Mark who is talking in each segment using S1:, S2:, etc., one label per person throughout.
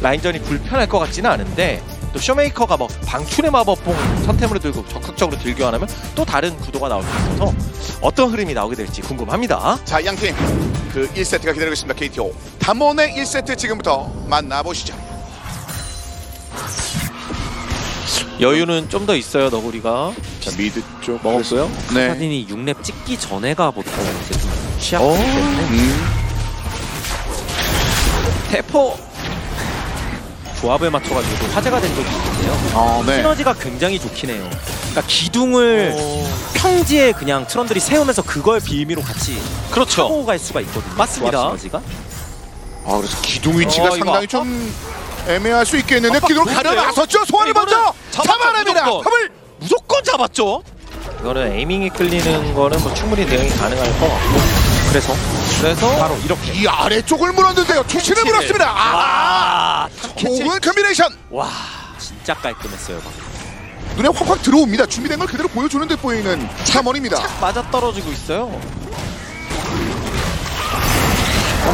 S1: 라인전이 불편할 것 같지는 않은데 또 쇼메이커가 막 방출의 마법봉 선템으로 들고 적극적으로 들교 안 하면 또 다른 구도가 나올 수 있어서 어떤 흐름이 나오게 될지 궁금합니다.
S2: 자, 이 양팀 그 1세트가 기다리고 있습니다. KTO. 담원의 1세트 지금부터 만나보시죠.
S1: 여유는 좀 더 있어요 너구리가.
S2: 자, 미드 쪽
S1: 먹었어요?
S2: 네.
S3: 사딘이 6렙 찍기 전에가 보통 이제 좀 취약
S1: 어.
S3: 때문에
S2: 음,
S1: 대포 조합을 맞춰가지고 또 화제가 된 적이 있는데요.
S2: 어, 네.
S3: 시너지가 굉장히 좋긴 해요. 그러니까
S1: 네.
S3: 기둥을 평지에 그냥 트런들이 세우면서 그걸 빌미로 같이
S1: 그렇죠.
S3: 타고 갈 수가 있거든요.
S1: 맞습니다.
S3: 조합 시너지가.
S2: 아, 그래서 기둥 위치가
S1: 어, 이거
S2: 상당히 좀 애매할 수 있겠는데 기둥 가려 나섰죠. 소환이
S1: 이거는
S2: 먼저
S1: 잡았죠,
S2: 잡아냅니다.
S1: 무조건.
S2: 을
S1: 무조건 잡았죠. 이거는 에이밍이 끌리는 거는 뭐 충분히 대응이 가능할 것 같고
S3: 그래서
S1: 그래서
S3: 바로 이렇게.
S2: 이 아래쪽을 물었는데요. 투신을
S1: 캐치를.
S2: 물었습니다. 아,
S1: 아
S2: 좋은 컨비네이션.
S3: 와 진짜 깔끔했어요. 방금.
S2: 눈에 확확 들어옵니다. 준비된 걸 그대로 보여주는 듯 보이는 참원입니다.
S1: 맞아 떨어지고 있어요.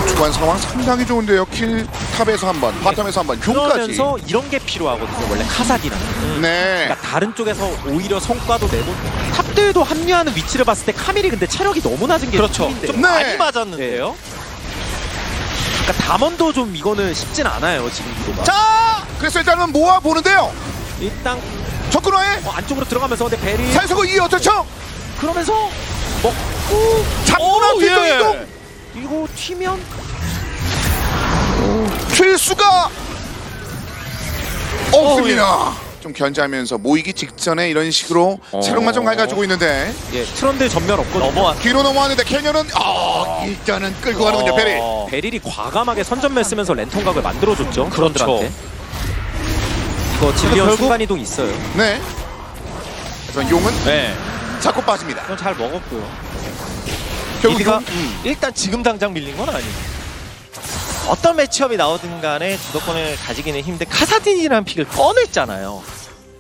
S2: 주관 상황 상당히 좋은데요. 킬 탑에서 한 번, 바텀에서
S1: 네.
S2: 한 번, 교까지.
S3: 그러면서 이런 게 필요하거든요. 원래 카사기랑.
S2: 네.
S3: 그러니까 다른 쪽에서 오히려 성과도 내고 탑들도 합류하는 위치를 봤을 때 카밀이 근데 체력이 너무 낮은 게
S1: 그렇죠.
S3: 느낌인데.
S1: 좀
S2: 네.
S1: 많이 맞았는데요.
S3: 그러니까 담원도 좀 이거는 쉽진 않아요 지금 구도가.
S2: 자, 그래서 일단은 모아 보는데요.
S3: 일단
S2: 적군화에
S3: 어, 안쪽으로 들어가면서 근데 베리
S2: 사이서고 이 어쩌청
S3: 그러면서 먹고
S2: 잡구나
S3: 오,
S2: 뒤쪽
S3: 예.
S2: 이동
S3: 이거 튀면
S2: 필수가 없습니다. 좀 견제하면서 모이기 직전에 이런 식으로 체력만 좀 갉아주고 있는데
S3: 예 트런들 전면 없거든요.
S1: 넘어왔.
S2: 뒤로 넘어왔는데 캐년은 아 일단은 끌고
S1: 어.
S2: 가는군요 베리.
S3: 베릴이 과감하게 선전면 쓰면서 랜턴각을 만들어줬죠.
S1: 그렇죠.
S3: 트런들한테. 이거 질리언
S1: 결국-
S3: 순간 이동 있어요.
S2: 네. 그래서 용은
S1: 네.
S2: 자꾸 빠집니다.
S3: 이건 잘 먹었고요.
S2: 결국
S1: 이드가
S2: 용-
S1: 음, 일단 지금 당장 밀린 건 아니에요. 어떤 매치업이 나오든 간에 주도권을 가지기는 힘든데 카사딘이라는 픽을 꺼냈잖아요.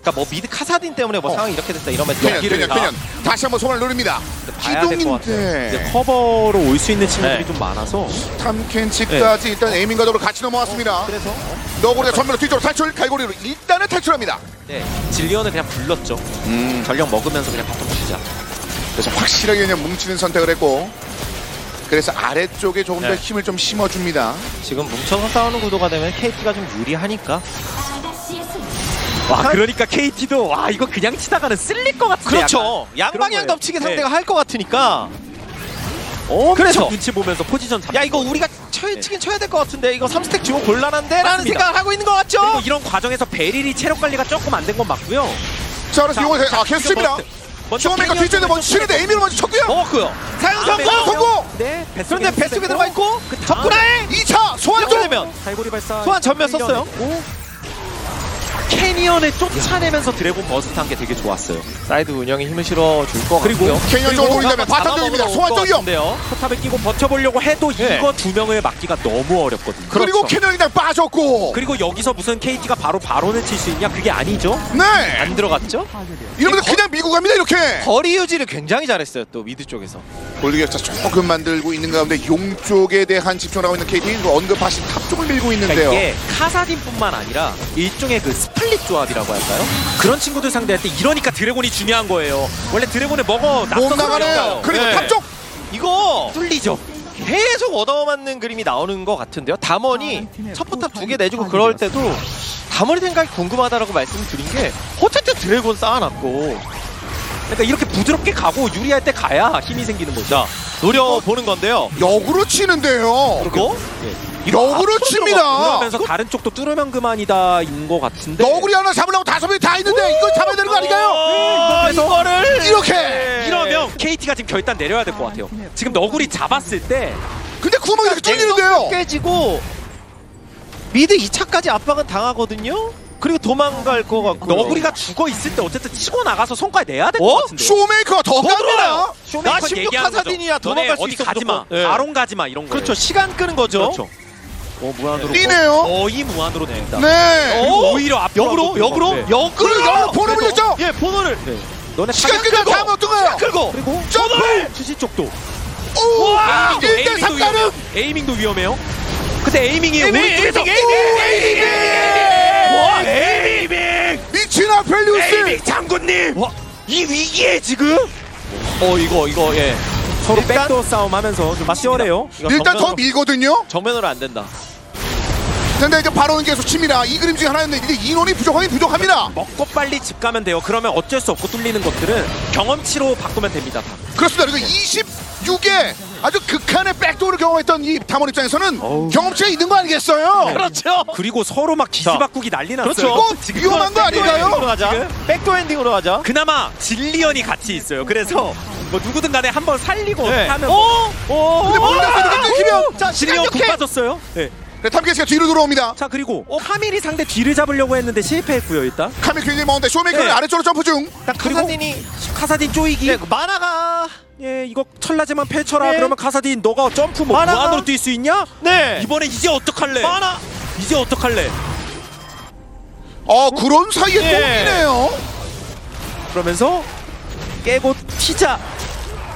S1: 그러니까 뭐 미드 카사딘 때문에 뭐
S2: 어.
S1: 상황이 이렇게 됐다 이러면
S2: 캐년
S1: 여기를
S2: 캐년
S1: 다
S2: 캐년 다시 한번 소환을 누릅니다.
S1: 봐야 될것
S3: 이제
S2: 기동인데
S3: 커버로 올 수 있는 친구들이
S1: 네.
S3: 좀 많아서
S2: 탐켄치까지 일단 에이밍과 더불어 같이 넘어왔습니다.
S1: 그래서
S2: 너구리가 전면으로 뒤쪽으로 탈출 갈고리로 일단은 탈출합니다.
S3: 네, 질리언을 그냥 불렀죠.
S1: 음.
S3: 전력 먹으면서 그냥 바텀 주자.
S2: 그래서 확실하게 그냥 뭉치는 선택을 했고 그래서 아래쪽에 조금 더
S1: 네.
S2: 힘을 좀 심어줍니다.
S1: 지금 뭉쳐서 싸우는 구도가 되면 KT가 좀 유리하니까
S3: 와, 그러니까 KT도 와 이거 그냥 치다가는 쓸릴 것 같은데.
S1: 그렇죠. 양방향
S3: 네.
S1: 덮치기 상대가 할 것 같으니까
S3: 어,
S1: 그래서.
S3: 그래서 눈치 보면서 포지션 잡.
S1: 야 이거 우리가 쳐야 치긴 쳐야 될 것 같은데 이거 3스택 주면 곤란한데라는
S3: 네. 맞습니다.
S1: 생각을 하고 있는 것 같죠?
S3: 그리고 이런 과정에서 베릴이 체력 관리가 조금 안 된 건 맞고요.
S2: 자 그래서 용을 아 캐스입니다.
S3: 먼저- 먼저
S2: 쇼메이커
S3: 캐리어
S2: 뒤쪽에 먼저 치는데 에이밍을 먼저 쳤고요.
S1: 먹었고요. 사용
S2: 아,
S1: 성공!
S2: 네. 성공!
S3: 네. 네.
S1: 그런데 뱃속에 들어가 있고
S3: 그 다음에-
S1: 접근하에
S2: 2차 소환 쪽
S1: 쫓아내면
S3: 갈고리 발사.
S1: 소환 전면 썼어요.
S3: 캐니언을 쫓아내면서 드래곤 버스트 한 게 되게 좋았어요.
S1: 사이드 운영에 힘을 실어줄 것
S3: 뭐, 그리고
S1: 같고요.
S2: 캐년 쪽으로 돌린다면
S1: 뭔가
S2: 바텀 쪽입니다.
S1: 잡아먹으러
S2: 소환
S1: 올것
S2: 쪽이요.
S1: 같은데요.
S3: 포탑을 끼고 버텨보려고 해도
S1: 네.
S3: 이거 두 명을 막기가 너무 어렵거든요.
S2: 그리고 캐년이 그냥 빠졌고
S3: 그렇죠. 그리고 여기서 무슨 KT가 바로 바론을 칠 수 있냐? 그게 아니죠.
S2: 네
S1: 안 들어갔죠?
S2: 이러면서 그냥 밀고 갑니다 이렇게
S1: 거리 유지를 굉장히 잘했어요. 또 미드 쪽에서.
S2: 골드게스타 조금 만들고 있는 가운데 용 쪽에 대한 집중하고 있는 KT 그 언급하신 탑 쪽을 밀고
S3: 그러니까
S2: 있는데요.
S1: 예,
S3: 이게 카사딘뿐만 아니라 일종의 그 스플릿 조합이라고 할까요? 그런 친구들 상대할 때 이러니까 드래곤이 중요한 거예요. 원래 드래곤을 먹어
S2: 못
S3: 낯선
S2: 나가네요.
S3: 상대니까요.
S2: 그리고
S1: 네.
S2: 탑 쪽
S1: 이거
S3: 뚫리죠.
S1: 계속 얻어맞는 그림이 나오는 것 같은데요. 담원이 첫포탑 아, 두 개 내주고 그럴 때도 담원이 생각이 궁금하다라고 말씀드린 게 어쨌든 드래곤 쌓아놨고
S3: 그러니까 이렇게 부드럽게 가고 유리할 때 가야 힘이 생기는 거죠.
S1: 노려보는 건데요.
S2: 역으로 치는데요.
S1: 그리고
S2: 역으로 칩니다.
S3: 그러면서 다른 쪽도 뚫으면 그만이다인 것 같은데.
S2: 너구리 하나 잡으려고 다섯 명이 다 있는데 이걸 잡아야 되는 거 아닌가요?
S1: 어, 이거를
S2: 이렇게
S3: 이러면 KT가 지금 결단 내려야 될 것 같아요. 지금 너구리 잡았을 때 어?
S2: 근데 구멍이 이렇게 뚫리는데요.
S1: 깨지고 미드 2차까지 압박은 당하거든요. 그리고 도망갈 것 같고
S3: 너구리가 죽어 있을 때 어쨌든 치고 나가서 성과 내야 될 것
S1: 어?
S3: 같은데.
S2: 쇼메이커 더 갑니다.
S1: 들어요.
S3: 나
S1: 나 16 카사딘이야 도망갈 수
S3: 어디
S1: 있어.
S3: 가지 마.
S1: 무조건. 예.
S3: 아롱 가지 마 이런 거.
S1: 그렇죠. 시간 끄는 거죠.
S3: 네. 그렇죠. 어 무한으로.
S2: 뛰네요.
S3: 거의 무한으로 뛴다.
S2: 네.
S3: 그리고
S1: 오!
S3: 오히려 앞으로
S1: 어? 역으로
S3: 앞으로
S1: 역으로
S3: 네.
S1: 역으로
S2: 역으로
S1: 그래서-
S2: 번호 불렸죠?
S1: 예, 번호를
S3: 너네
S2: 시간
S3: 타격
S2: 끄면
S1: 끌고.
S2: 다음 어떤가요?
S1: 끌고
S3: 그리고
S2: 점프!
S3: 주시 쪽도.
S2: 오! 1대
S3: 에이밍도 아,
S2: 3 아,
S3: 에이밍도
S2: 가는
S3: 위험해요. 에이밍도 위험해요. 근데 에이밍이 우리 쪽에서 와 에이밍
S2: 미친 아펠리우스!
S4: 장군님
S3: 와이 위기에 지금 어 이거 이거 예 서로
S1: 일단-
S3: 백도어 싸움하면서 좀 치열해요
S1: 이거
S2: 일단 더
S1: 정면으로-
S2: 밀거든요?
S1: 정면으로 안 된다.
S2: 근데 이제 바로는 계속 칩니다. 이 그림 중에 하나였는데 이제 인원이 부족하긴 부족합니다.
S3: 먹고 빨리 집 가면 돼요 그러면 어쩔 수 없고 뚫리는 것들은 경험치로 바꾸면 됩니다 다.
S2: 그렇습니다. 그리고 26에 아주 극한의 백도어를 경험했던 이 담원 입장에서는 경험치가 있는 거 아니겠어요?
S1: 그렇죠.
S3: 그리고 서로 막 기지
S1: 자. 그렇죠.
S3: 바꾸기 난리 났어요 뭐
S2: 이거 위험한
S1: 백도어
S2: 거 아닌가요?
S1: 가자. 백도 엔딩으로 가자.
S3: 그나마 진리언이 같이 있어요 그래서 뭐 누구든 간에 한번 살리고
S1: 네. 어?
S3: 하면
S1: 오! 오!
S2: 근데 몰라서 이렇게 끊기면
S1: 자,
S3: 진리언
S1: 진리형
S3: 국 빠졌어요 네.
S2: 네, 탐계씨가 뒤로 돌아옵니다.
S3: 자 그리고 어, 카밀이 상대 뒤를 잡으려고 했는데 실패했고요 일단
S2: 카밀 굉장히 먼데 쇼메이커는
S3: 네.
S2: 아래쪽으로 점프 중.
S3: 그리고 그
S1: 카사딘이
S3: 카사딘 쪼이기
S1: 네, 만화가
S3: 예 이거 철라제만 펼쳐라
S1: 네.
S3: 그러면 카사딘 너가 점프 뭐
S1: 만화가-
S3: 무한으로 뛸 수 있냐?
S1: 네.
S3: 이번에 이제 어떡할래?
S1: 만화
S3: 이제 어떡할래?
S2: 어 그런 사이에
S1: 예.
S2: 또 이네요.
S3: 그러면서 깨고 튀자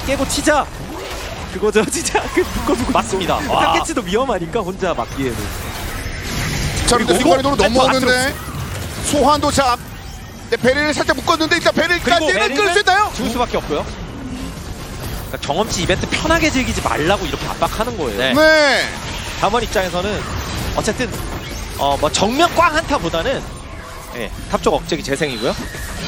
S3: 깨고 튀자 그거죠 진짜 그 묶어 두고
S1: 맞습니다. 와.
S3: 타겟치도 위험하니까 혼자 막기에는
S2: 자 근데
S3: 그리고- 뭐,
S2: 순간에 도로
S3: 아니, 또
S2: 넘어오는데 소환도 잡. 네, 베리를 살짝 묶었는데 일단 베리까지는 끌 수 있나요?
S1: 줄 수밖에 없고요.
S3: 그러니까 경험치 이벤트 편하게 즐기지 말라고 이렇게 압박하는 거예요
S1: 네.
S2: 네.
S1: 담원 입장에서는 어쨌든 어, 뭐 정면 꽝 한타보다는 예, 탑쪽 억제기 재생이고요.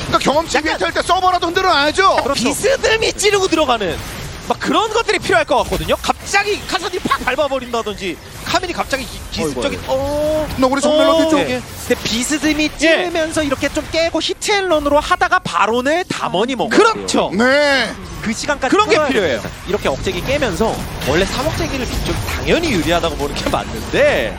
S2: 그러니까 경험치 비해할 때 서버라도 흔들어놔야죠.
S3: 그렇죠.
S1: 비스듬히 찌르고 들어가는 막 그런 것들이 필요할 것 같거든요. 갑자기 카사딘이 팍 밟아버린다든지 카밀이 갑자기 기- 기습적인 어.
S2: 너 우리 정면
S1: 어,
S2: 어디 쪽?
S1: 예.
S3: 근데 비스듬히 찌르면서 이렇게 좀 깨고 히트앤런으로 하다가 바론을 담원이 먹어요
S1: 그렇죠.
S2: 네.
S3: 그 시간까지
S1: 그런 게
S3: 끊어야
S1: 필요해요.
S3: 됩니다. 이렇게 억제기 깨면서
S1: 원래 사목제기를 좀 당연히 유리하다고 보는 게 맞는데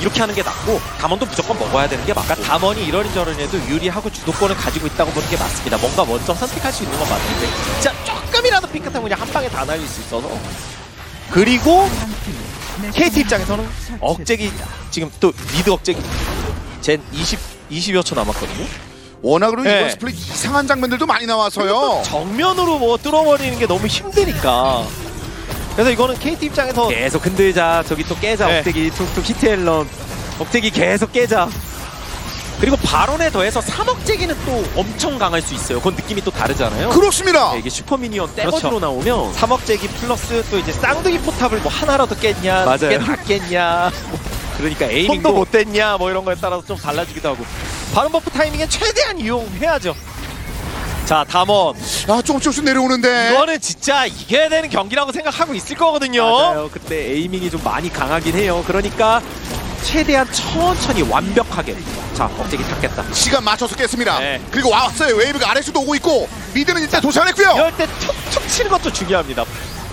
S3: 이렇게 하는 게 낫고 담원도 무조건 먹어야 되는 게 맞고
S1: 그러니까 담원이 이러저러해도 유리하고 주도권을 가지고 있다고 보는 게 맞습니다. 뭔가 먼저 선택할 수 있는 건 맞는데 진짜 조금이라도 핑크타면 그냥 한 방에 다 날릴 수 있어서 그리고 KT 입장에서는 억제기 지금 또 리드 억제기 젠 20, 20여 초 남았거든요.
S2: 워낙으로
S3: 네.
S1: 예.
S2: 이번 스플릿 이상한 장면들도 많이
S3: 어.
S2: 나와서요.
S1: 정면으로 뭐 뚫어버리는 게 너무 힘드니까 그래서 이거는 KT 입장에서
S3: 계속 흔들자 저기 또 깨자
S1: 네.
S3: 억대기 툭툭 히트앤런 억대기 계속 깨자 그리고 발언에 더해서 삼억제기는 또 엄청 강할 수 있어요 그건 느낌이 또 다르잖아요
S2: 그렇습니다.
S3: 네, 이게 슈퍼미니언 떼거으로
S1: 그렇죠.
S3: 나오면
S1: 삼억제기 플러스 또 이제 쌍둥이 포탑을 뭐 하나라도 깼냐
S3: 맞아요.
S1: 두개 낫겠냐
S3: 그러니까
S1: 속도
S3: 에이밍도
S1: 못 됐냐 뭐 이런 거에 따라서 좀 달라지기도 하고 바른 버프 타이밍에 최대한 이용해야죠 자 담원
S2: 아 조금 조금씩
S3: 네.
S2: 내려오는데.
S1: 이거는 진짜 이겨야 되는 경기라고 생각하고 있을 거거든요
S3: 맞아요 그때 에이밍이 좀 많이 강하긴 해요 그러니까 최대한 천천히 완벽하게 자 억대기 탔겠다
S2: 시간 맞춰서 깼습니다.
S1: 네.
S2: 그리고 왔어요. 웨이브가 아래쪽도 오고 있고 미드는 일단 도착했고요.
S1: 이럴 때 툭툭 치는 것도 중요합니다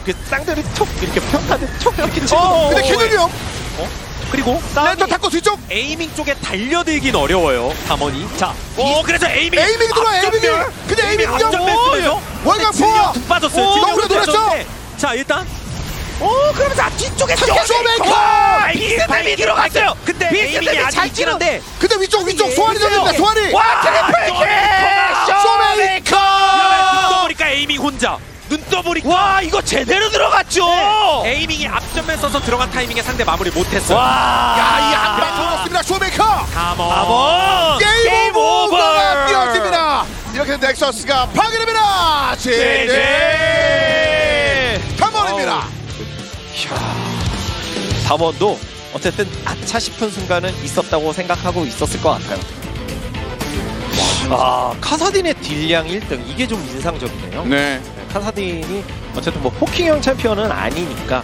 S1: 그 쌍둥이 툭 이렇게 평타를 툭 이렇게 치는 것도
S2: 근데 캐논이 형,
S3: 어, 그리고
S2: 랜터 닦고 뒤쪽
S3: 에이밍 쪽에 달려들긴 어려워요 담원이
S1: 어,
S3: 자오 그래서 에이밍
S2: 에이밍이 들어와, 에이밍이! 근데 에이밍이
S3: 앞전
S2: 들어와.
S3: 뺐으면서
S2: 월간 포.
S3: 툭 빠졌어요
S2: 오,
S3: 진영
S2: 너무
S3: 툭
S2: 놀랐죠?
S3: 빠졌는데. 자 일단
S1: 오 어, 그러면서 아, 뒤쪽에
S2: 함께 그렇죠. 쇼메이커.
S1: 비스듬히 들어갔어요
S3: 근데
S1: 비스듬히
S3: 에이밍이
S1: 잘
S3: 아직 있긴 한데
S2: 근데 위쪽 위쪽 소환이 전입니다. 소환이. 아,
S1: 와 트리플
S2: 쇼메이커.
S1: 킥
S3: 아, 눈
S1: 쇼메이커
S3: 떠보니까 에이밍 혼자 눈 떠보니까
S1: 아!
S3: 네,
S1: 와 이거 제대로 들어갔죠
S3: 에이밍이 앞전면 써서 들어간 타이밍에 상대 마무리 못했어요
S1: 와야이
S2: 야이 아, 한방 터졌습니다. 쇼메이커.
S3: 담원
S1: 한번
S2: 게임 오버가 뛰어집니다. 이렇게 넥서스가 파괴됩니다. 제제. 탐원입니다.
S1: 담원도 어쨌든 아차 싶은 순간은 있었다고 생각하고 있었을 것 같아요 아 카사딘의 딜량 1등 이게 좀 인상적이네요
S2: 네.
S1: 카사딘이 어쨌든 뭐 포킹형 챔피언은 아니니까